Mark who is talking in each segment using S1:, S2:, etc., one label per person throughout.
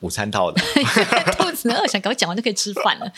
S1: 午餐到 了，
S2: 肚子饿，想赶快讲完就可以吃饭了。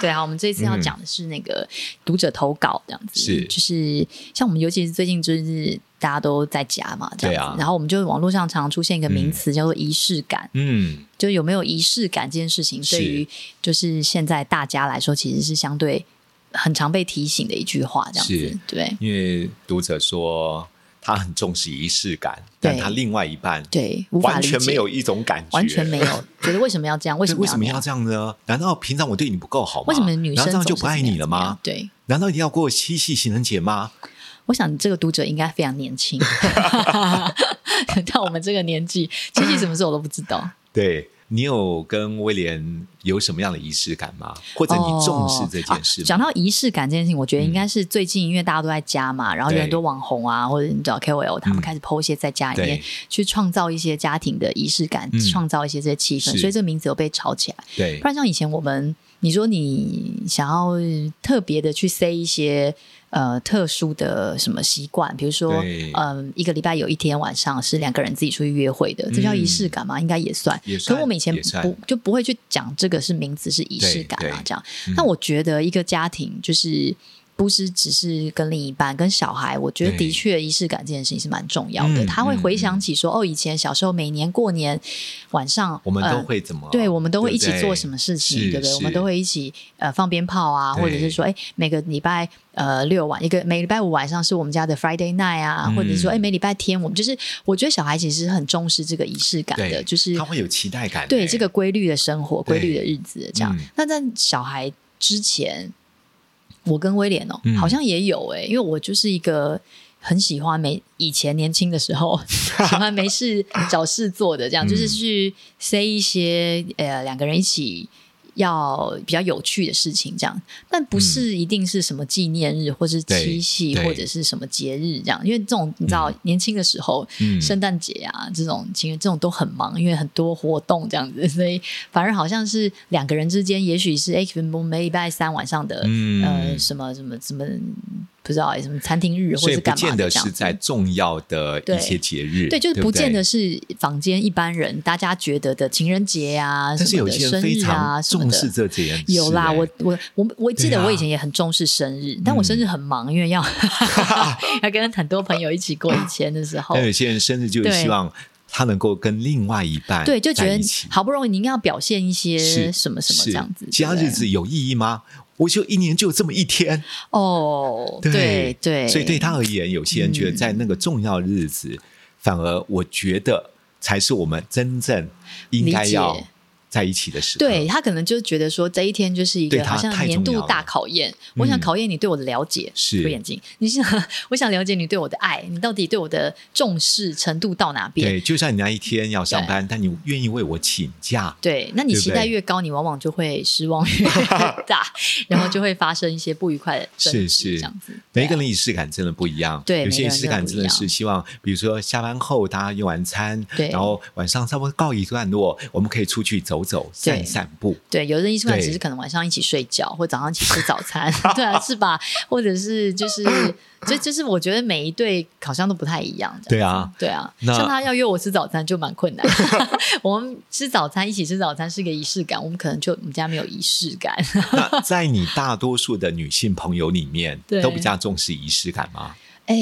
S2: 对啊，我们这一次要讲的是那个读者投稿这样子，
S1: 是
S2: 就是像我们尤其是最近就是大家都在家嘛，这
S1: 对
S2: 样
S1: 啊
S2: 子，然后我们就网络上常常出现一个名词叫做仪式感，
S1: 嗯，
S2: 就有没有仪式感这件事情，
S1: 是
S2: 对于就是现在大家来说，其实是相对很常被提醒的一句话，这样
S1: 是
S2: 子，对
S1: 因为读者说他很重视仪式感，但
S2: 对
S1: 他另外一半
S2: 对，无法
S1: 完
S2: 理解，
S1: 全没有，一种感觉，
S2: 完全 没。有，觉得为什么要这样？为
S1: 对
S2: 什么
S1: 为什么要
S2: 样？
S1: 这样呢？难道平常我对你不够好吗？
S2: 为什么女生
S1: 难道这样就
S2: 总是
S1: 不爱
S2: 这样
S1: 你了
S2: 怎么样
S1: 吗？
S2: 对，
S1: 难道一定要过七夕情人节吗？
S2: 我想这个读者应该非常年 轻，到我们这个年纪，七夕什么时候我都不知道。
S1: 对你有跟威廉有什么样的仪式感吗？或者你重视这件事
S2: 哦啊
S1: 吗？
S2: 讲、到仪式感这件事情，我觉得应该是最近，因为大家都在家嘛，然后有很多网红啊，或者你知道 KOL 他们开始 PO 一些在家里面
S1: 嗯对
S2: 去创造一些家庭的仪式感
S1: 嗯，
S2: 创、造一些这些气氛，
S1: 是
S2: 所以这个名字有被炒起来。
S1: 对
S2: 不，然像以前我们，你说你想要特别的去塞一些呃特殊的什么习惯，比如说
S1: 对
S2: 嗯、一个礼拜有一天晚上是两个人自己出去约会的，这叫仪式感吗？应该也算。
S1: 嗯也
S2: 可
S1: 算
S2: 我们以前
S1: 也算
S2: 不就不会去讲这个是名词是仪式感
S1: 对
S2: 啊
S1: 对
S2: 这样
S1: 嗯。
S2: 但我觉得一个家庭就是。不是只是跟另一半、跟小孩，我觉得
S1: 对
S2: 的确仪式感这件事情是蛮重要的。
S1: 嗯
S2: 他会
S1: 嗯
S2: 回
S1: 嗯
S2: 想起说，哦，以前小时候每年过年晚上，
S1: 我们
S2: 呃
S1: 都会怎么？
S2: 对，我们都会一起
S1: 对不对
S2: 做什么事
S1: 是
S2: 情，对不对？
S1: 是
S2: 我们都会一起呃放鞭炮啊，
S1: 对
S2: 或者是说，哎，每个礼拜呃六晚一个，每个礼拜五晚上是我们家的 Friday night 啊，
S1: 嗯
S2: 或者是说，哎，每礼拜天我们就是，我觉得小孩其实很重视这个仪式感的，
S1: 对，
S2: 就是
S1: 他会有期待感。
S2: 对
S1: 哎
S2: 这个规律的生活、
S1: 对
S2: 规律的日子这样
S1: 嗯。
S2: 那在小孩之前，我跟威廉哦
S1: 嗯，
S2: 好像也有哎，因为我就是一个。很喜欢没以前年轻的时 候，喜欢没事找事做的，这样、就是
S1: 嗯
S2: 去塞一些呃两个人一起要比较有趣的事情，这样，但不是一定是什么纪念日或是
S1: 嗯对
S2: 七夕
S1: 对
S2: 或者是什么节日这样，因为这种你知道、年轻的时候，
S1: 嗯
S2: 圣诞节啊，这种情人这种都很忙，因为很多活动这样子，所以反而好像是两个人之间，也许是哎，我们每礼拜三晚上的、
S1: 嗯
S2: 呃什么什么什么，不知道哎什么餐厅日或
S1: 所以
S2: 是
S1: 不
S2: 干嘛
S1: 见
S2: 的
S1: 得
S2: 这样
S1: 是
S2: 子
S1: 在重要的一些节日，
S2: 对，就是不见得
S1: 是。
S2: 是坊间一般人大家觉得的情人节啊，
S1: 但是
S2: 什么
S1: 有
S2: 的
S1: 些
S2: 生
S1: 人非
S2: 日啊
S1: 常
S2: 什么
S1: 重视
S2: 的。
S1: 这件事。
S2: 有啦，
S1: 哎
S2: 我我我我记
S1: 对
S2: 得
S1: 啊
S2: 我以前也很重视生日，但我生日很忙，因为 要 要跟很多朋友一起过。以前的时 候，
S1: 但有些人甚至就是
S2: 哦对
S1: 希望他能够跟另外一半
S2: 对，就觉
S1: 在
S2: 得
S1: 一起
S2: 好不容易你应该要表现一些
S1: 是
S2: 什么什么
S1: 是
S2: 这样子，
S1: 其他
S2: 对不
S1: 日
S2: 对
S1: 子有意义吗？我就一年就这么一天，
S2: 哦，
S1: 对
S2: 对对，嗯
S1: 所以对他而言，有些人觉得在那个重要日子，反而我觉得才是我们真正应该
S2: 理
S1: 要
S2: 解
S1: 在一起的时刻。
S2: 对他可能就觉得说这一天就是一
S1: 对
S2: 个
S1: 他
S2: 好像
S1: 太
S2: 年
S1: 重
S2: 度
S1: 要了
S2: 大考验，我想
S1: 嗯
S2: 考验你对我的了解，
S1: 是
S2: 推眼睛，你想我想了解你对我的爱，你到底对我的重视程度到哪边？
S1: 对，就算你那一天要上班，但你愿意为我请假，
S2: 对，那你
S1: 对不
S2: 期
S1: 对
S2: 待越高，你往往就会失望越 大，然后就会发生一些不愉快的争
S1: 是
S2: 执
S1: 是
S2: 这样子。
S1: 每一个
S2: 对啊
S1: 人仪式感真的不一样。
S2: 对
S1: 有
S2: 每
S1: 些
S2: 个人
S1: 仪式感真的
S2: 真的不一
S1: 是希望，比如说下班后大家用完餐，
S2: 对
S1: 然后晚上差不多告一段落，我们可以出去走走、
S2: 对
S1: 散散步。
S2: 对，有的人一吃饭
S1: 对
S2: 只是可能晚上一起睡觉，或早上一起吃早餐， 对啊，是吧？或者是就是，就就是我觉得每一对好像都不太一样，这
S1: 对
S2: 样
S1: 啊，
S2: 对啊，
S1: 那
S2: 像他要约我吃早餐就蛮困难。 我们吃早餐一起吃早餐是个仪式感，我们可能就我们家没有仪式感。
S1: 那在你大多数的女性朋友里面，
S2: 对
S1: 都比较重视仪式感吗？
S2: 哎，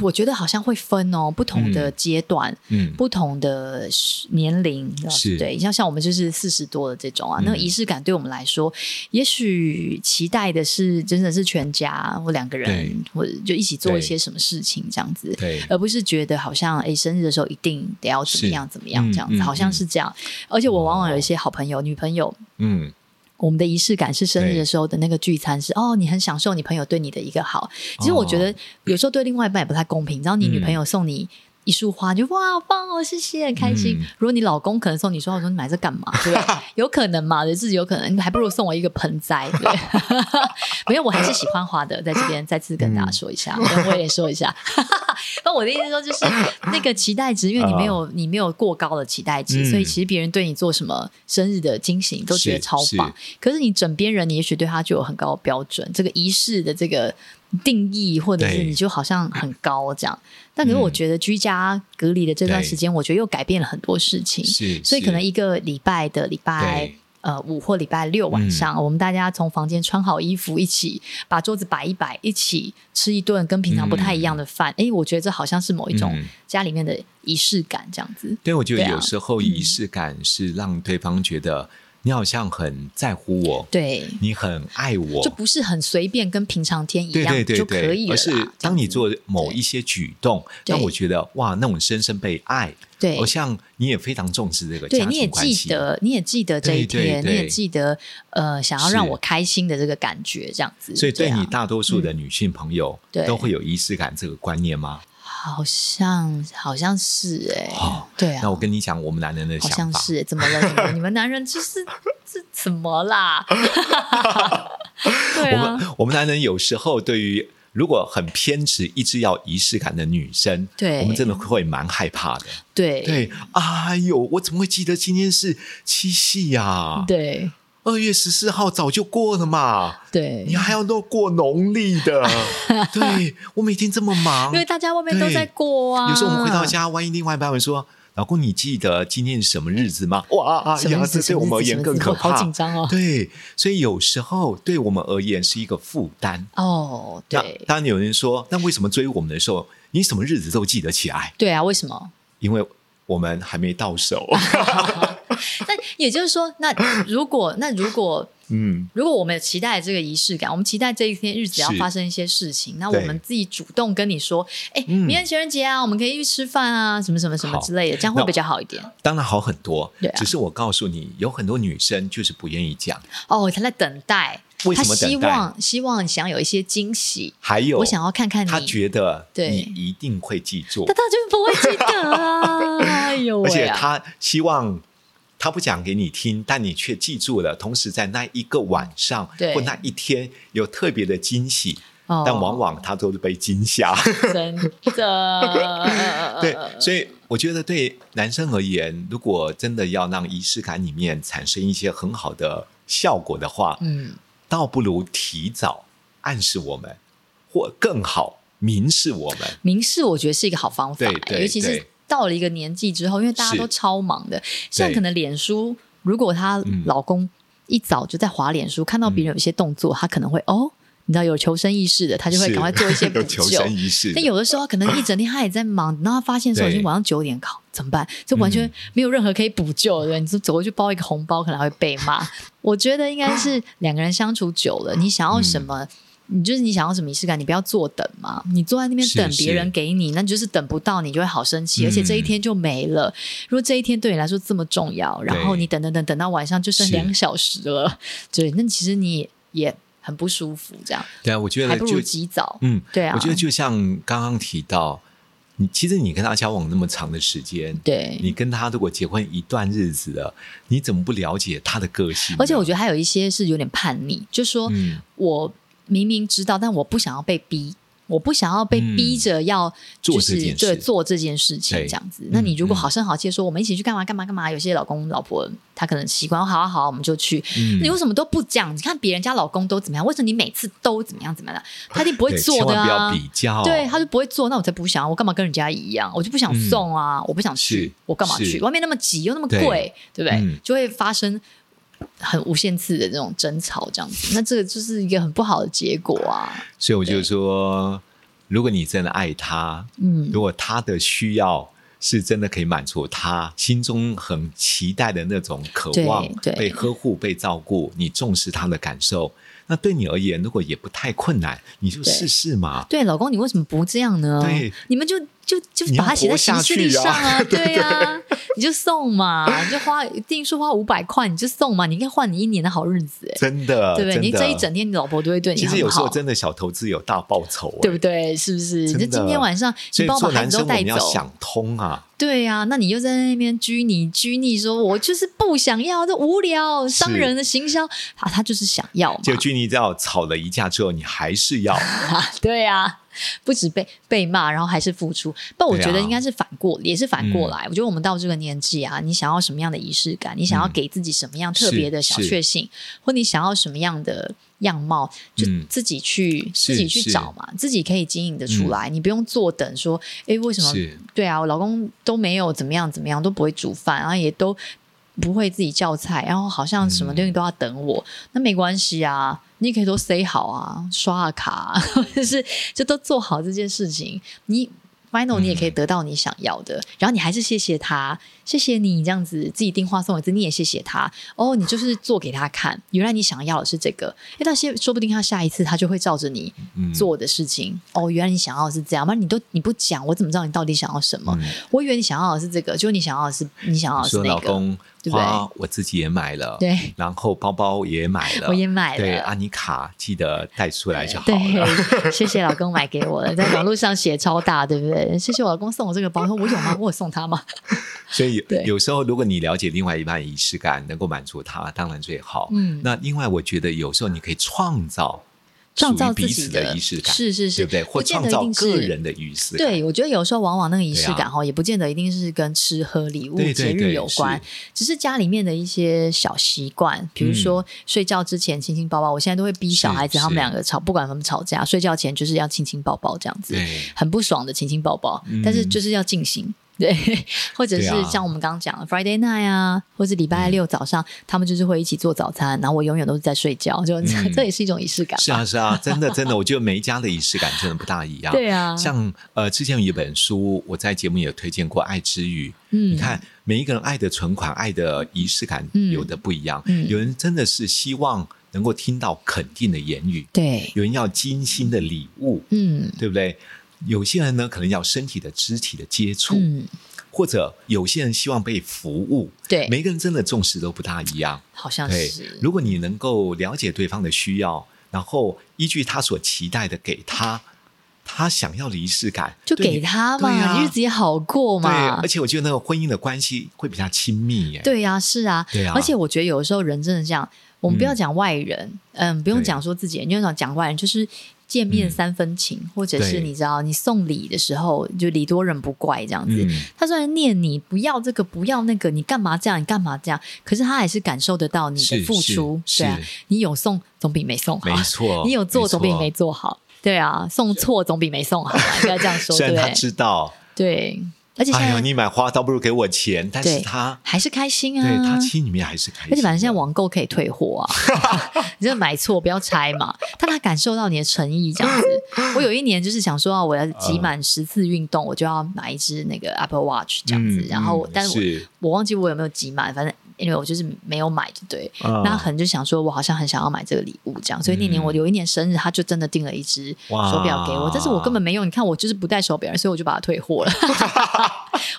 S2: 我觉得好像会分哦，不同的阶段。
S1: 嗯，
S2: 不同的时年龄
S1: 是
S2: 对，像像我们就是四十多的这种啊，那个
S1: 嗯
S2: 仪式感对我们来说，也许期待的是真的是全家或两个
S1: 对
S2: 人，或者就一起做
S1: 对
S2: 一些什么事情这样子，
S1: 对，
S2: 而不是觉得好像哎生日的时候一定得要怎么
S1: 是
S2: 样怎么样
S1: 嗯
S2: 这样子，
S1: 嗯哦
S2: 好像是这样。而且我往往有一些好朋友、女朋友。
S1: 嗯，
S2: 我们的仪式感是生日
S1: 对
S2: 的时候的那个聚餐是哦，你很享受
S1: 哦嗯
S2: 你朋友对你的一个好。其实我觉得有时候对另外一半也不太公平，然后你女朋友送你一束花，你就哇好棒哦，谢谢，很开心。
S1: 嗯
S2: 如果你老公可能送你说，我说你买这干嘛？对不 对？有可能嘛，对自己有可能，你还不如送我一个盆栽。对， 没有，我还是喜欢花的，在这边再次跟大家说一 下，跟我也说一下。 那我的意思说，就是那个期待值，因为你没有、你没有过高的期待值，
S1: 啊嗯
S2: 所以其实别人对你做什么生日的惊喜，你都觉得
S1: 是
S2: 超
S1: 是
S2: 棒。可是你枕边人，你也许对他就有很高的标准，这个仪式的这个定义，或者是
S1: 对
S2: 你就好像很高这样。但可是我
S1: 嗯
S2: 觉得居家隔离的这段
S1: 对
S2: 时间，我觉得又改变了很多事情。
S1: 是，
S2: 所以可能
S1: 是
S2: 一个礼拜的礼拜
S1: 对。嗯
S2: 呃，五或礼拜六晚上，我们大家从房间穿好衣服，一起把桌子摆一摆，一起吃一顿跟平常不太一样的饭。诶，我觉得这好像是某一种
S1: 嗯
S2: 家里面的仪式感，这样子。
S1: 对，我觉
S2: 对
S1: 得
S2: 啊嗯
S1: 有时候仪式感是让对方觉得你好像很在乎我，
S2: 对，
S1: 你很爱我，
S2: 就不是很随便，跟平常天一
S1: 对
S2: 样
S1: 对对
S2: 就
S1: 对，
S2: 可以了
S1: 而
S2: 啦。
S1: 是
S2: 这样
S1: 当你
S2: 子
S1: 做某一些举动，
S2: 对
S1: 让我觉得哇，那种深深被爱。
S2: 对
S1: 好哦像你也非常重视这个家
S2: 对，你也
S1: 庭关
S2: 记
S1: 系，
S2: 得，你也记得这一
S1: 对对
S2: 天，
S1: 对
S2: 你也记得呃，想要让
S1: 是
S2: 我开心的这个感觉，这样子。
S1: 所以对
S2: 啊
S1: 你大多数的女性朋友
S2: 对
S1: 都会有仪式感这个观念吗？
S2: 好像好像是哎、
S1: 哦
S2: 对啊，
S1: 那我跟你讲，我们男人的
S2: 好
S1: 想
S2: 像
S1: 法，
S2: 是、哎怎么了？怎么了？你们男人就是 这怎么啦？ 对
S1: 我
S2: 啊，
S1: 们我们男人有时候对于如果很偏执、一直要仪式感的女生，
S2: 对
S1: 我们真的会蛮害怕的。
S2: 对
S1: 对，哎呦，我怎么会记得今天是七夕呀、
S2: 对
S1: 二月十四号早就过了嘛。
S2: 对
S1: 你，还要都过农历的， 对我每天这么忙
S2: 因，为大家外面都在过啊。
S1: 有时候我们回到，家，万一另外一半会说：“老公，你记得今天是什么日子吗？”哇，哎
S2: 什么
S1: 呀，
S2: 日子
S1: 这对
S2: 什么日
S1: 我们而
S2: 子
S1: 言
S2: 什么
S1: 更
S2: 日子
S1: 可
S2: 我好
S1: 怕。
S2: 紧张哦
S1: 对，所以有时候对我们而言是一个负担。
S2: 哦，
S1: 那
S2: 对
S1: 当然有人说，那为什么追我们的时候，你什么日子都记得起来？
S2: 对啊，为什么？
S1: 因为我们还没 到手。
S2: 那也就是说，那如果那如果
S1: 嗯，
S2: 如果我们有期待这个仪式感，我们期待这一天日子要
S1: 是
S2: 发生一些事情，那我
S1: 对嗯
S2: 们自己主动跟你说，哎，明天情人节啊，我们可以去吃饭啊，什么什么什么
S1: 好
S2: 之类的，这样会
S1: 那
S2: 比较好一点。
S1: 当然好很多，
S2: 对啊
S1: 只是我告诉你，有很多女生就是不愿意讲。
S2: 哦，他在等待，
S1: 为
S2: 他
S1: 什么
S2: 希
S1: 等待
S2: 望希望想有一些惊喜，
S1: 还有，
S2: 我想要看看你，啊
S1: 她觉得
S2: 对
S1: 你一定会记住，
S2: 但他就是不会记得 啊！哎呦
S1: 而
S2: 喂
S1: 且
S2: 啊！
S1: 他希望他不讲给你听，但你却记住了。同时在那一个晚上
S2: 对
S1: 或那一天有特别的惊喜，
S2: 哦
S1: 但往往他都是被惊吓。
S2: 真的
S1: 对，所以我觉得对男生而言，如果真的要让仪式感里面产生一些很好的效果的话，
S2: 嗯，
S1: 倒不如提早暗示我们，或更好明示我们。
S2: 明示我觉得是一个好方法、
S1: 对对
S2: 尤其是
S1: 对
S2: 到了一个年纪之后，因为大家
S1: 是
S2: 都超忙的，像
S1: 对
S2: 可能脸书，如果她
S1: 嗯
S2: 老公一早就在划脸书，看到别人有一些动作，他可能会哦。你知道有求生意识的，他就会
S1: 是
S2: 赶快做一些补
S1: 有
S2: 救
S1: 求。生仪式的，
S2: 但有的时候可能一整天他也在忙，然后他发现的时候已经
S1: 对嗯
S2: 晚上九点，靠，怎么办？这完全没有任何可以补救的，你就走过去包一个红包，可能还会被骂。我觉得应该 是两个人相处久了，你
S1: 嗯
S2: 想要什么？你就是你想要什么仪式感，你不要坐等嘛。你坐在那边
S1: 是
S2: 等别
S1: 是
S2: 人给你，那你就是等不到，你就会好生气，而且这一
S1: 嗯
S2: 天就没了。如果这一天对你来说这么重要，然后
S1: 对
S2: 你等等等等到晚上就剩
S1: 是
S2: 两小时了，对，那其实你也很不舒服，这样
S1: 对啊，我觉
S2: 还
S1: 得
S2: 不
S1: 就
S2: 如及早。
S1: 嗯，
S2: 对啊
S1: 我觉得就像刚刚提到，你其实你跟他交往那么长的时间，
S2: 对，
S1: 你跟他如果结婚一段日子了，你怎么不了解他的个性呢？
S2: 而且我觉
S1: 得，
S2: 得还有一些是有点叛逆，就说
S1: 嗯，
S2: 我明明知道，但我不想要被逼，我不想要被逼着要就
S1: 嗯做
S2: 是、
S1: 这件事
S2: 对做这件事情
S1: 对
S2: 这样子。那你如果
S1: 嗯
S2: 好声好气地说我们一起去干嘛干嘛干嘛，有些老公老婆他可能习惯，好啊好啊，我们就去。
S1: 嗯
S2: 你为什么都不讲？你看别人家老公都怎么样，为什么你每次都怎么样怎么样？他一定不会
S1: 对
S2: 做的
S1: 千万不要
S2: 啊。
S1: 比较，
S2: 对，他就不会做，那我才不想，我干嘛跟人家一样？我就不想
S1: 嗯
S2: 送啊，我不想去
S1: 是，
S2: 我干嘛
S1: 是
S2: 去？外面那么挤又那么
S1: 对
S2: 贵，对不对？
S1: 嗯
S2: 就会发生很无限次的这种争吵，这样子，那这个就是一个很不好的结果啊。
S1: 所以我就说，如果你真的爱他，
S2: 嗯，
S1: 如果他的需要。是真的可以满足他心中很期待的那种渴望
S2: 对对
S1: 被呵护、被照顾，你重视他的感受，那对你而言，如果也不太困难，你就
S2: 对
S1: 试试嘛。
S2: 对，老公，你为什么不这样呢？
S1: 对，
S2: 你们就就就
S1: 你要
S2: 把它写在
S1: 活
S2: 行
S1: 下
S2: 事历
S1: 去啊
S2: 上 啊，对呀、你就送嘛，你就花定数花五百块，你就送嘛，你应该换你一年的好日子，哎
S1: 真的，
S2: 对不对？
S1: 真
S2: 你
S1: 的
S2: 这一整天，你老婆都会对你
S1: 其
S2: 很好，
S1: 实有时候真的小投资有大报酬、哎
S2: 对不？对？是不是？
S1: 真
S2: 你
S1: 的
S2: 就今天晚上你
S1: 所以
S2: 把我
S1: 做
S2: 们孩
S1: 男
S2: 子
S1: 生
S2: 都
S1: 我
S2: 带
S1: 们要
S2: 走，
S1: 想通啊，
S2: 对呀、那你又在那边拘泥拘泥，说我就是不想要，这无聊，商
S1: 是
S2: 人的行销，啊他他就是想要嘛，
S1: 就距离到吵了一架之后，你还是要
S2: 对啊，不止被被骂，然后还是付出。但我觉得
S1: 对啊嗯
S2: 应该是反过，也是反过来。我觉得我们到这个年纪啊，你想要什么样的仪式感，你想要
S1: 嗯
S2: 给自己什么样特别的
S1: 是
S2: 小
S1: 是
S2: 确幸，或你想要什么样的样貌，就
S1: 嗯
S2: 自己去、
S1: 是
S2: 自己去
S1: 是嗯
S2: 找嘛，自己可以经营的出来。你不用坐等说，哎，为什么
S1: 是
S2: 对啊，我老公都没有怎么样怎么样，都不会煮饭，然后也都不会自己叫菜，然后好像什么东西都要等我。那没关系啊，你也可以都塞好啊，刷啊卡、啊， 或者是就都做好这件事情。你 final 你也可以得到你想要的，然后你还是谢谢他，谢谢你这样子自己订花送我一次，你也谢谢他。哦，你就是做给他看，原来你想要的是这个，哎，那些说不定他下一次他就会照着你
S1: 嗯
S2: 做的事情。哦，原来你想要的是这样，不然你都你不讲，我怎么知道你到底想要什么？
S1: 嗯
S2: 我以为你想要的是这个，就你想要的是你想要的是
S1: 说
S2: 那
S1: 老
S2: 个。
S1: 公
S2: 对不对
S1: 花我自己也买了，
S2: 对，
S1: 然后包包也买了，
S2: 我也买了
S1: 对，安妮卡记得带出来就好了。
S2: 对， 谢谢老公买给我的，在网络上写超大，对不对？谢谢我老公送我这个包，我说我有吗？我有送他吗？
S1: 所以
S2: 对
S1: 有时候，如果你了解另外一半的仪式感，能够满足他，当然最好。
S2: 嗯
S1: 那另外，我觉得有时候你可以创造
S2: 创造
S1: 属
S2: 自
S1: 于彼
S2: 己
S1: 此的仪式感，
S2: 是是是，
S1: 对不对？或
S2: 不见
S1: 创
S2: 得
S1: 造
S2: 一定是
S1: 个人的仪式感，
S2: 对，我觉得有时候往往那个仪式
S1: 对
S2: 感
S1: 啊
S2: 哈，也不见得一定是跟吃喝礼物、
S1: 对对
S2: 节日
S1: 对
S2: 有关
S1: 是，
S2: 只是家里面的一些小习惯，比如说睡觉之前亲亲抱抱。我现在都会逼小
S1: 嗯是
S2: 孩子他们
S1: 是
S2: 两个吵，不管他们吵架，睡觉前就是要亲亲抱抱这样子
S1: 对，
S2: 很不爽的亲亲抱抱，但是
S1: 嗯
S2: 就是要进行。对，或者是
S1: 对啊嗯
S2: 像我们刚刚讲的 Friday night 啊，或是礼拜六早上，他们就是会一起做早餐，然后我永远都是在睡觉，就
S1: 嗯
S2: 这也是一种仪式感吧。
S1: 是啊，是啊，真的，真的，我觉得每一家的仪式感真的不 大一样。
S2: 对啊，
S1: 像呃，之前有一本书，我在节目也推荐过《爱之语》。
S2: 嗯
S1: 你看每一个人爱的存款、爱的仪式感
S2: 嗯，
S1: 有的不一样。
S2: 嗯
S1: 有人真的是希望能够听到肯定的言语，
S2: 对，
S1: 有人要精心的礼物，
S2: 嗯
S1: 对不对？有些人呢，可能要身体的肢体的接触，
S2: 嗯，
S1: 或者有些人希望被服务。
S2: 对，
S1: 每个人真的重视都不大一样。
S2: 好像
S1: 对
S2: 是，。
S1: 如果你能够了解对方的需要，然后依据他所期待的给他他想要的仪式感，
S2: 就
S1: 对
S2: 给
S1: 你
S2: 他嘛，
S1: 对啊
S2: 日子也好过
S1: 对，
S2: 嘛
S1: 而。且我觉得那个婚姻的关系会比较亲密耶。，
S2: 对呀、是啊，
S1: 对啊
S2: 而且我觉得有的时候人真的这样，我们不要
S1: 嗯
S2: 讲外人，嗯，不用
S1: 对
S2: 讲说自己人，就讲讲外人，就是见面
S1: 嗯
S2: 三分情，或者是
S1: 对
S2: 你知道，你送礼的时候就礼多人不怪这样子。
S1: 嗯，
S2: 他虽然念你不要这个不要那个，你干嘛这样，你干嘛这样，可是他还是感受得到你的
S1: 是
S2: 付出，
S1: 是
S2: 对啊，
S1: 是
S2: 你有送总比没送好
S1: 没，错，
S2: 你有做总比
S1: 错
S2: 没。做好，对啊，送错总比没送好 啊，应该这样说，
S1: 虽
S2: 对
S1: 然
S2: 不
S1: 他
S2: 对？
S1: 知道，
S2: 对，而且现
S1: 哎
S2: 在
S1: 呦，你买花倒不如给我钱，但
S2: 对
S1: 是他
S2: 还是开心
S1: 对
S2: 啊，
S1: 他心里面还是开心的。
S2: 而且反正现在网购可以退货啊， 你这买错不要拆嘛。但他感受到你的诚意这样子。我有一年就是想说啊，我要
S1: 嗯
S2: 集满十次运动，我就要买一只那个 Apple Watch 这样子。
S1: 嗯
S2: 然后我，
S1: 嗯
S2: 但是我
S1: 是
S2: 我忘记我有没有集满，反正因为我就是没有买，就对。
S1: 嗯
S2: 那可能就想说，我好像很想要买这个礼物这样，所以那年
S1: 嗯
S2: 我有一年生日，他就真的订了一只
S1: 哇
S2: 手表给我，但是我根本没用。你看我就是不戴手表，所以我就把它退 货了。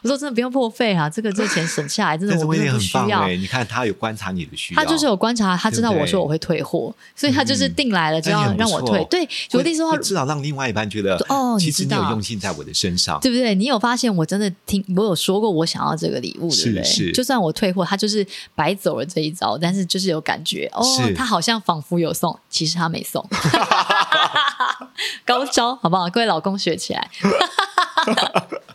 S2: 我说真的不用破费啊，这个这个钱省下来，真的
S1: 但是
S2: 我
S1: 我
S2: 真
S1: 也
S2: 的不
S1: 很
S2: 需
S1: 棒
S2: 要
S1: 哎，。你看他有观察你的需要，
S2: 他就是有观察，他知道
S1: 对不
S2: 我
S1: 对
S2: 说我会退货，所以他就是定来了就
S1: 哎也
S2: 要
S1: 很不
S2: 让我退。
S1: 错
S2: 对，我的意思说
S1: 会
S2: 他
S1: 会至少让另外一半觉得
S2: 哦你
S1: 其实
S2: 知
S1: 你有
S2: 道
S1: 用心在我的身上。
S2: 对不对？你有发现我真的听我有说过我想要这个礼物，对不
S1: 是
S2: 对？
S1: 是
S2: 就算我退货，他就是白走了这一招，但是就是有感觉哦
S1: 是，
S2: 他好像仿佛有送，其实他没 送。高招好不好？各位老公学起来。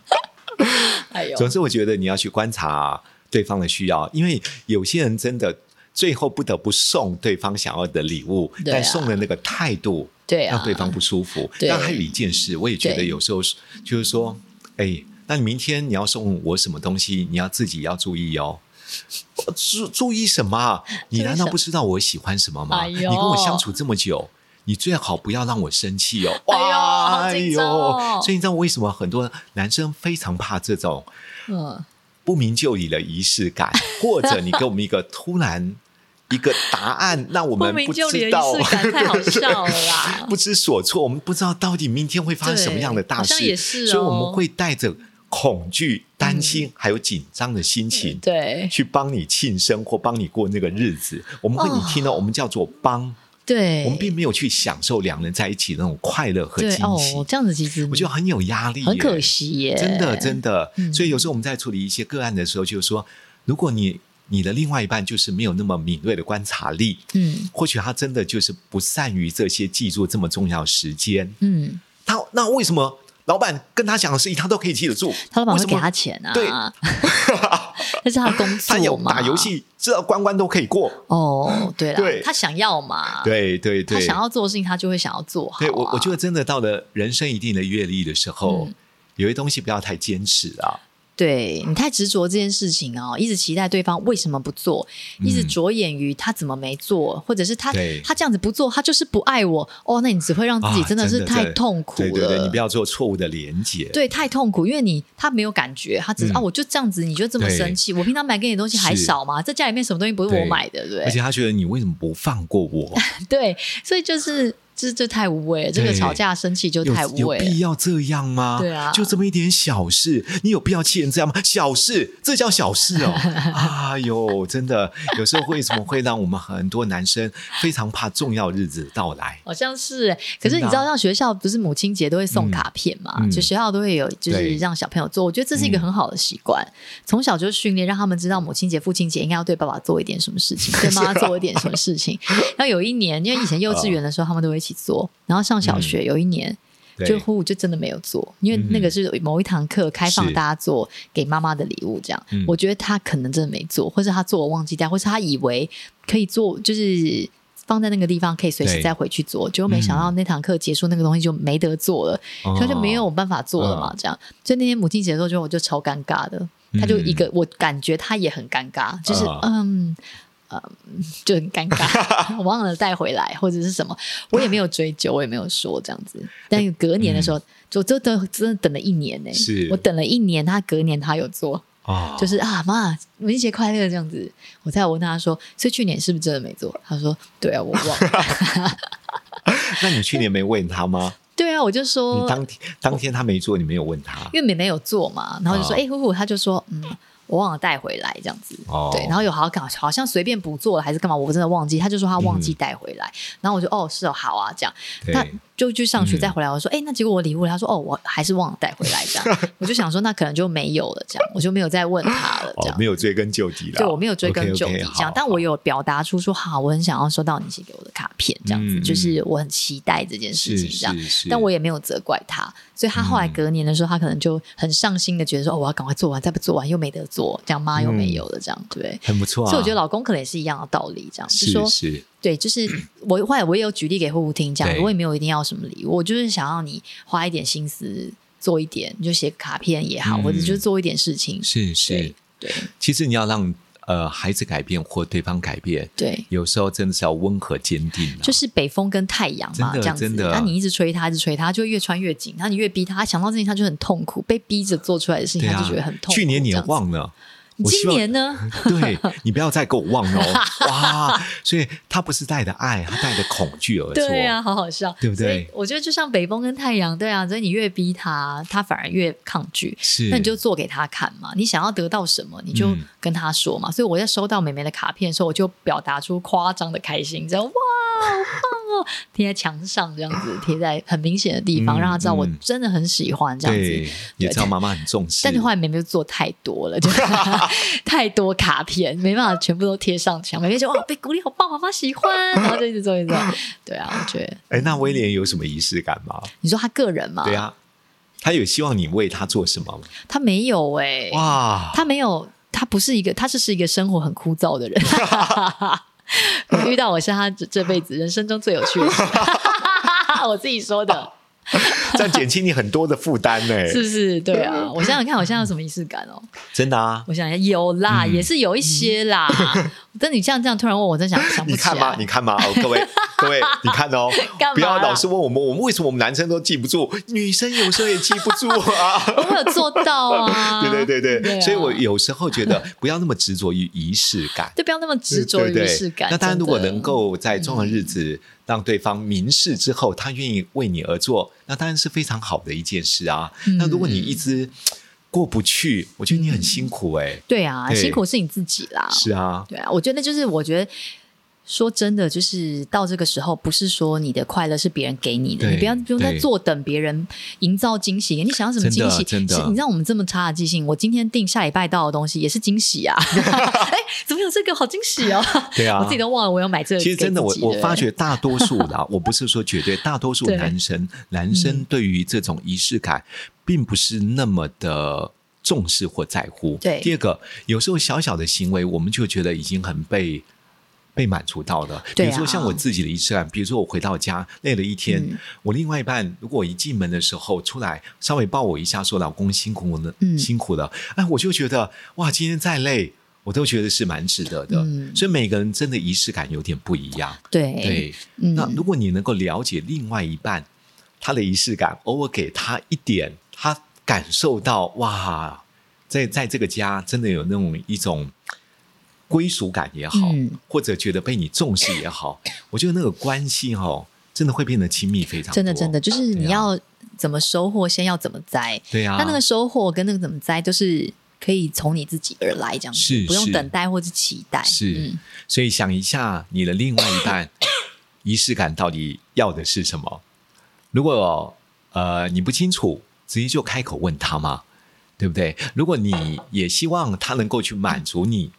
S2: 哎呦，
S1: 总之，我觉得你要去观察对方的需要，因为有些人真的最后不得不送对方想要的礼物，
S2: 对啊
S1: 但送的那个态度
S2: 对啊
S1: 让对方不舒服。
S2: 对
S1: 但还有一件事，我也觉得
S2: 对
S1: 有时候是就是说，哎，那你明天你要送我什么东西，你要自己要注意哦。我注注意什么啊？
S2: 意
S1: 你难
S2: 什
S1: 道
S2: 么
S1: 不知道我喜欢什么吗？
S2: 哎呦
S1: 你跟我相处这么久，你最好不要让我生气哦。
S2: 哎呦好紧张哦
S1: 哎呦所以你知道为什么很多男生非常怕这种
S2: 嗯，
S1: 不明就里的仪式感，或者你给我们一个突然一个答案，那我
S2: 莫
S1: 们
S2: 名
S1: 不
S2: 就
S1: 知
S2: 连
S1: 道。
S2: 仪式感，太好笑了啦
S1: 不知所措，我们不知道到底明天会发生什么样的
S2: 对好
S1: 大事，
S2: 像也是哦嗯
S1: 所以我们会带着恐惧、担心、还有紧张的心情，
S2: 对
S1: 去帮你庆生或帮你过那个日子。我们会，
S2: 哦
S1: 你听到、我们叫做帮，
S2: 对，
S1: 我们并没有去享受两人在一起那种快乐和惊
S2: 对哦
S1: 喜，，
S2: 这样子其实
S1: 我觉得很有压力耶，
S2: 很可惜耶，
S1: 真的，真的
S2: 嗯。
S1: 所以有时候我们在处理一些个案的时候，就是说，如果你你的另外一半就是没有那么敏锐的观察力，
S2: 嗯
S1: 或许他真的就是不善于这些记住这么重要的时间。
S2: 嗯，
S1: 他那为什么老板跟他讲的事情他都可以记得住？
S2: 他老板
S1: 为
S2: 会
S1: 什
S2: 给
S1: 么
S2: 他钱啊，
S1: 对
S2: 那是他的工
S1: 他有
S2: 作嘛，
S1: 打游戏，知道关关都可以过。
S2: 哦，对
S1: 对
S2: 啦，他想要嘛，，
S1: 对对对，
S2: 啊他想要做的事情，他就会想要做好啊。
S1: 对我我觉得真的到了人生一定的阅历的时候，
S2: 嗯
S1: 有些东西不要太坚持啊。
S2: 对你太执着这件事情哦，一直期待对方为什么不做，一直
S1: 嗯
S2: 着眼于他怎么没做，或者是他
S1: 对
S2: 他这样子不做，他就是不爱我哦，那你只会让自己
S1: 啊
S2: 真的是
S1: 真的
S2: 太
S1: 真的
S2: 痛苦了。
S1: 对对对，你不要做错误的连接。
S2: 对，太痛苦，因为你他没有感觉，他只是、
S1: 嗯
S2: 啊，我就这样子，你就这么
S1: 对
S2: 生气，我平常买给你的东西还
S1: 是
S2: 少吗？这家里面什么东西不是我
S1: 对
S2: 买的，对不
S1: 而
S2: 对
S1: 且？他觉得你为什么不放过我？
S2: 对，所以就是这这太无谓了，这个
S1: 对
S2: 吵架生气就
S1: 有
S2: 太无
S1: 有
S2: 谓
S1: 必
S2: 了。
S1: 要这样吗？
S2: 对啊
S1: 就这么一点小事，你有必要气成这样吗？小事，这叫小事 哦。哎呦，真的，有时候为什么会让我们很多男生非常怕重要日子到来？
S2: 好像是欸，可是
S1: 真的
S2: 你知道，
S1: 啊
S2: 像学校不是母亲节都会送
S1: 嗯
S2: 卡片嘛？
S1: 嗯
S2: 就学校都会有，就是
S1: 对
S2: 让小朋友做。我觉得这是一个
S1: 嗯
S2: 很好的习惯，从小就训练，让他们知道母亲节、父亲节应该要对爸爸做一点什么事情，对
S1: 啊
S2: 妈妈做一点什么事情。然后有一年，因为以前幼稚园的时候他们都会一起做，然后上小
S1: 嗯
S2: 学有一年，
S1: 对嗯
S2: 就呼就真的没有做，因为那个是某一堂课开放
S1: 是
S2: 大家做给妈妈的礼物，这样、
S1: 嗯
S2: 我觉得他可能真的没做，或是他做我忘记带，或是他以为可以做，就是放在那个地方可以随时
S1: 对嗯
S2: 再回去做，结果没想到那堂课结束，那个东西就没得做了，
S1: 哦
S2: 他就没有办法做了嘛，这样，所以那天母亲节的时候，就我就超尴尬的，
S1: 嗯
S2: 他就一个，我感觉他也很尴尬，就是
S1: 啊
S2: 嗯。嗯，就很尴 尬，我忘了带回来或者是什么，我也没有追究，我也没有说这样子。但隔年的时候，就真的真的等了一年呢、
S1: 嗯是
S2: 我等了一年，他隔年他有做，
S1: 啊
S2: 就是啊妈，母亲节快乐这样子。我再问他说，所以去年是不是真的没做？他说，对啊，我忘 了。
S1: 那你去年没问他吗？
S2: 对啊， 我就
S1: 你
S2: 说，
S1: 当天当天他没做，你没有问 他
S2: 因为妹妹有做嘛，然后就说：“
S1: 哦
S2: 哎、呼呼。”她就说：“嗯，我忘了带回来，这样子。
S1: 哦
S2: 对，然后有好像好像随便补做了还是干嘛，我真的忘记。她就说她忘记带回来，然后我就哦是哦好啊这样，
S1: 对
S2: 那就去上学
S1: 嗯
S2: 再回来。我说：哎、那结果我礼物了，她说哦我还是忘了带回来这 样，我就想说那可能就没有了这样，我就没有再问她了这
S1: 哦
S2: 样，。
S1: 没有追根究底了。
S2: 对我没有追根究底
S1: OK，OK，好
S2: 这样，但我有表达出说好，我很想要收到你写给我的卡片，这样子、
S1: 嗯
S2: 就是我很期待这件事
S1: 是
S2: 情这样。
S1: 是是，
S2: 但我也没有责怪他，所以他后来
S1: 嗯
S2: 隔年的时候，他可能就很上心的觉得说，哦，我要赶快做完，再不做完又没得做，这样妈又
S1: 嗯
S2: 没有了，这样对不对？
S1: 很不错啊。
S2: 所以我觉得老公可能也是一样的道理，这样就是说，
S1: 是
S2: 对，就是我后来我也有举例给户户听，这样
S1: 对
S2: 我也没有一定要什么礼物，我就是想要你花一点心思做一点，你就写卡片也好，
S1: 嗯
S2: 或者就是做一点事情，
S1: 是是
S2: 对，对
S1: 其实你要让呃孩子改变或对方改变，
S2: 对。
S1: 有时候真的是要温和坚定、啊，
S2: 就是北风跟太阳嘛，
S1: 真的
S2: 这样子。
S1: 真的
S2: 那你一直吹他，一直吹他，他就会越穿越紧。然后你越逼他，他想到这件事情他就很痛苦，被逼着做出来的事情，
S1: 对
S2: 他
S1: 啊，
S2: 就觉得很痛苦。
S1: 去年
S2: 这
S1: 你也
S2: 样子
S1: 忘了，我希
S2: 今
S1: 望
S2: 年呢？
S1: 对你不要再给我忘了哦，哇！所以他不是带着爱，他带着恐惧而做，
S2: 对啊，好好笑，
S1: 对不对
S2: 所以我觉得就像北风跟太阳，对啊，所以你越逼他，他反而越抗拒。
S1: 是，
S2: 那你就做给他看嘛，你想要得到什么，你就
S1: 嗯
S2: 跟他说嘛。所以我在收到美美的卡片的时候，我就表达出夸张的开心，这样哇，好棒哦，贴在墙上这样子，贴在很明显的地方，
S1: 嗯
S2: 让他知道我
S1: 嗯
S2: 真的很喜欢这样子。
S1: 对，也知道妈妈很重视，
S2: 但是后来妹妹就做太多了，就 太多卡片，没办法全部都贴上墙。妹妹就哇，被鼓励好棒，妈妈喜欢，然后就一直做一直做。对啊，我觉得
S1: 哎，那威廉有什么仪式感吗？
S2: 你说他个人嘛，
S1: 对，啊，他有希望你为他做什么吗？
S2: 他没有哎、
S1: 哇，
S2: 他没有，他不是一个，他只是一个生活很枯燥的 人。 遇到我是他这这辈子人生中最有趣的事， 我自己说的，
S1: 这样减轻你很多的负担 呢，
S2: 是不是？对啊，我想想看，我现在有什么仪式感哦？
S1: 真的啊。
S2: 我想一下，有啦，
S1: 嗯
S2: 也是有一些啦。但你这样这样突然问我，我真想想不
S1: 你
S2: 起来。
S1: 看吗？你看吗？哦，各位各位，你看哦
S2: 干嘛，
S1: 不要老是问我们，我们为什么我们男生都记不住，女生有时候也记不住啊。
S2: 我有做到啊，
S1: 对对对
S2: 对啊
S1: 对，所以我有时 候觉得不要那么执着于仪式感。
S2: 对，不要那么执着
S1: 对
S2: 于
S1: 对
S2: 仪式感。
S1: 那当然，
S2: 真
S1: 如果
S2: 的
S1: 能够在重要日子让对方明示之后，他愿意为你而做，那当然是非常好的一件事啊。
S2: 嗯
S1: 那如果你一直过不去，我觉得你很辛苦哎、
S2: 对啊，
S1: 对
S2: 辛苦是你自己啦。
S1: 是啊，
S2: 对啊，我觉得就是我觉得。说真的，就是到这个时候，不是说你的快乐是别人给你的，
S1: 对
S2: 你不要不用再
S1: 对
S2: 坐等别人营造惊喜。你想要什么惊喜？
S1: 真的真的
S2: 是你让我们这么差的记性，我今天订下礼拜到的东西也是惊喜啊！ 哎，怎么有这个？好惊喜哦！
S1: 对啊
S2: 我自己都忘了我有买这个。
S1: 其实真的，我我发
S2: 觉。
S1: 觉大多数啦，我不是说绝对，大多数
S2: 对嗯
S1: 男生男生对于这种仪式感，并不是那么的。重视或在乎。
S2: 对
S1: 第二个，有时候小小的行为，我们就觉得已经很被被满足到了。比
S2: 对啊嗯
S1: 如说像我自己的仪式感，比如说我回到家累了一天，我另外一半如果我一进门的时候出来稍微抱我一下，说“老公辛苦了，
S2: 嗯
S1: 辛苦了”，哎，我就觉得哇，今天再累，我都觉得是蛮值得的。
S2: 嗯
S1: 所以每个人真的仪式感有点不一样。
S2: 对，
S1: 对，
S2: 嗯
S1: 那如果你能够了解另外一半他的仪式感，偶尔给他一点，他感受到哇，在在这个家真的有那种一种归属感也好，
S2: 嗯
S1: 或者觉得被你重视也好，我觉得那个关系哦，真的会变得亲密非常多。
S2: 真的真的，就是你
S1: 对啊
S2: 要怎么收获，先要怎么栽。
S1: 对啊，
S2: 那那个收获跟那个怎么栽，都是可以从你自己而来，这样子，
S1: 是
S2: 不用
S1: 是
S2: 等待或是期待。
S1: 是，
S2: 嗯
S1: 所以想一下，你的另外一 半仪式感到底要的是什么？如果呃你不清楚，直接就开口问他嘛，对不对？如果你也希望他能够去满足你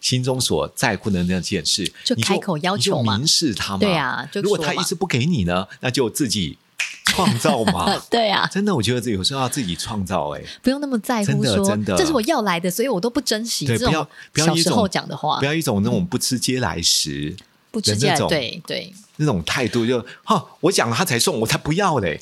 S1: 心中所在乎的那件事，
S2: 就
S1: 你
S2: 开口要求
S1: 你
S2: 嘛
S1: 就明示他嘛。
S2: 对啊就
S1: 如果
S2: 说
S1: 他一
S2: 嘛
S1: 直不给你呢，那就自己创造嘛
S2: 呃。 对啊，
S1: 真的，我觉得这有时候要自己创造、欸，哎，
S2: 不用那么在乎
S1: 真的
S2: 说
S1: 真的
S2: 这是我要来的，所以我都不珍惜
S1: 对
S2: 这
S1: 不要
S2: 种
S1: 不要
S2: 小
S1: 一
S2: 时
S1: 种
S2: 候讲的话
S1: 不，要一种那种不吃嗟来食。
S2: 不直
S1: 人
S2: 接
S1: 那种
S2: 对对，
S1: 那种态度就，哈，我讲了他才送，我才不要嘞、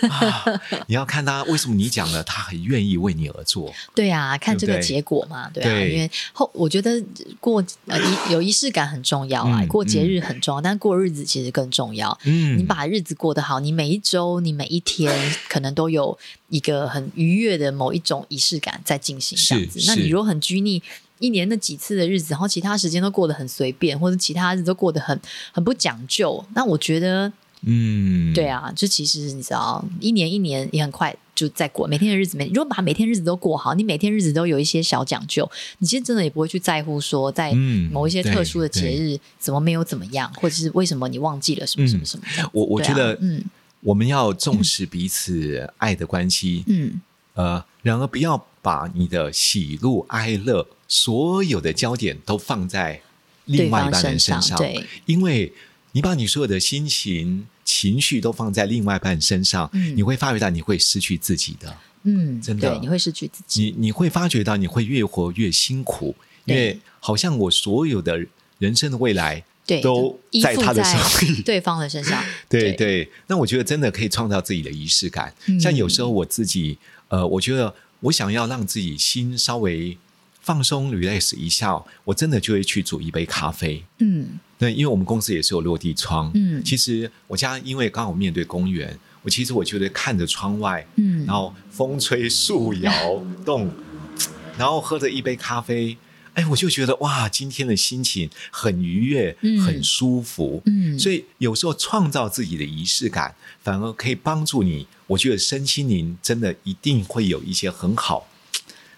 S1: 啊你要看他为什么你讲了，他很愿意为你而做。
S2: 对啊，看
S1: 对不
S2: 这个
S1: 对
S2: 结果嘛，对啊，
S1: 对
S2: 因为后我觉得过呃仪有仪式感很重要啊，
S1: 嗯
S2: 过节
S1: 嗯
S2: 日很重要，但过日子其实更重要。
S1: 嗯
S2: 你把日子过得好，你每一周、你每一天可能都有一个很愉悦的某一种仪式感在进行，这样子。
S1: 是
S2: 那你
S1: 是
S2: 如果很拘泥一年那几次的日子，然后其他时间都过得很随便，或者其他日子都过得很很不讲究，那我觉得
S1: 嗯，
S2: 对，啊，就其实你知道，一年一年也很快就在过，每天的日子每，如果把每天日子都过好，你每天日子都有一些小讲究，你其实真的也不会去在乎说在
S1: 嗯
S2: 某一些特殊的节
S1: 对嗯
S2: 日怎么没有怎么样，或者是为什么你忘记了什么什么什么这样。
S1: 我我
S2: 对
S1: 觉
S2: 啊
S1: 得
S2: 嗯
S1: 我们要重视彼此爱的关系，
S2: 嗯，
S1: 呃，然而不要把你的喜怒哀乐所有的焦点都放在另外一半人身上，
S2: 对方身上对
S1: 因为你把你所有的心情、情绪都放在另外一半身上，
S2: 嗯
S1: 你会发觉到你会失去自己的。
S2: 嗯，
S1: 真的
S2: 对，你会失去自己。
S1: 你你会发觉到你会越活越辛苦，因为
S2: 对
S1: 好像我所有的人生的未来
S2: 对，
S1: 都
S2: 依
S1: 在
S2: 附
S1: 他的手 里。。
S2: 对方的身上
S1: 对对，那我觉得真的可以创造自己的仪式感。
S2: 嗯
S1: 像有时候我自己，呃，我觉得我想要让自己心稍微放松、relax 一下，我真的就会去煮一杯咖啡。
S2: 嗯
S1: 那因为我们公司也是有落地窗，
S2: 嗯
S1: 其实我家因为刚好面对公园，我其实我觉得看着窗外，
S2: 嗯
S1: 然，后风吹树摇动， 然后喝着一杯咖啡，哎，我就觉得哇，今天的心情很愉悦，
S2: 嗯
S1: 很舒服。
S2: 嗯
S1: 所以有时候创造自己的仪式感，反而可以帮助你。我觉得身心灵真的一定会有一些很好，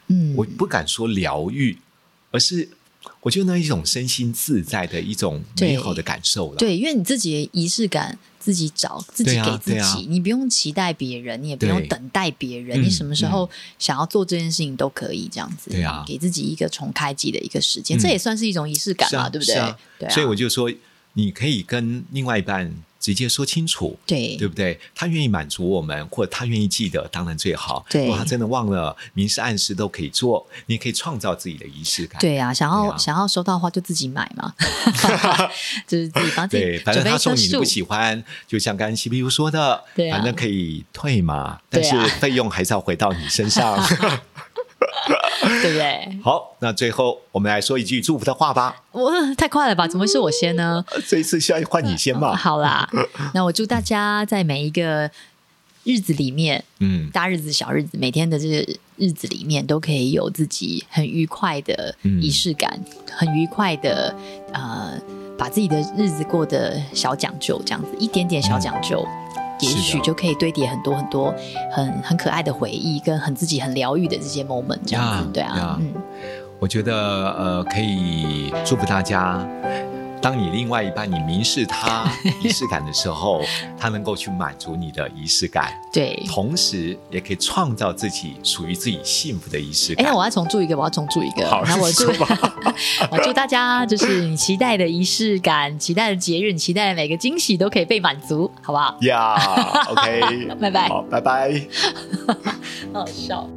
S2: 嗯，
S1: 我不敢说疗愈，而是我觉得那一种身心自在的一种
S2: 对
S1: 美好的感受了。
S2: 对，因为你自己的仪式感自己找，自己
S1: 对啊
S2: 给自己，
S1: 对啊
S2: 你不用期待别人，你也不
S1: 对
S2: 用等待别人，
S1: 嗯
S2: 你什么时候想要做这件事情都可以这样子。
S1: 对啊
S2: 给自己一个重开机的一个时间，
S1: 嗯
S2: 这也算是一种仪式感
S1: 是
S2: 嘛，
S1: 啊
S2: 对不
S1: 是
S2: 对？
S1: 啊
S2: 对啊，
S1: 所以我就说，你可以跟另外一半直接说清楚，
S2: 对
S1: 对不对？他愿意满足我们，或者他愿意记得，当然最好。
S2: 对
S1: 如果他真的忘了，明示暗示都可以做，你也可以创造自己的仪式感。
S2: 对啊，想要、
S1: 对啊
S2: 想要收到的话就自己买 嘛，就是自己帮自己
S1: 对，反
S2: 准备
S1: 正
S2: 一
S1: 他
S2: 棵
S1: 送你你
S2: 树
S1: 不。喜欢，就像刚才 CPU 说的，
S2: 对啊
S1: 反正可以退嘛，
S2: 对
S1: 但
S2: 啊
S1: 是费用还是要回到你身上。
S2: 对不对？
S1: 好，那最后我们来说一句祝福的话吧。
S2: 我太快了吧？怎么会是我先 呢？
S1: 呃这一次先换你先吧。
S2: 好啦，那我祝大家在每一个日子里面，
S1: 嗯
S2: 大日子、小日子，每天的这些日子里面，都可以有自己很愉快的
S1: 嗯
S2: 仪式感，很愉快的呃，把自己的日子过得小讲究，这样子一点点小讲究。也
S1: 嗯是的
S2: 许就可以堆叠很多很多很很可爱的回忆，跟很自己很疗愈的这些 moment，这样子
S1: 呀
S2: 对啊
S1: 呀，
S2: 嗯，
S1: 我觉得呃，可以祝福大家。当你另外一半你明示他 仪式感的时候，他能够去满足你的仪 式感，
S2: 对。
S1: 同时也可以创造自己属于自己幸福的仪式
S2: 哎，
S1: 感。
S2: 那我要重祝一个，我要重祝一个。
S3: 好
S2: 那我祝
S3: 说吧，
S2: 我祝大家就是你期待的仪式感、期待的节日、你期待的每个惊喜都可以被满足，好不好？
S1: 呀，OK，
S2: 拜拜
S1: 好，拜拜。
S2: 好笑。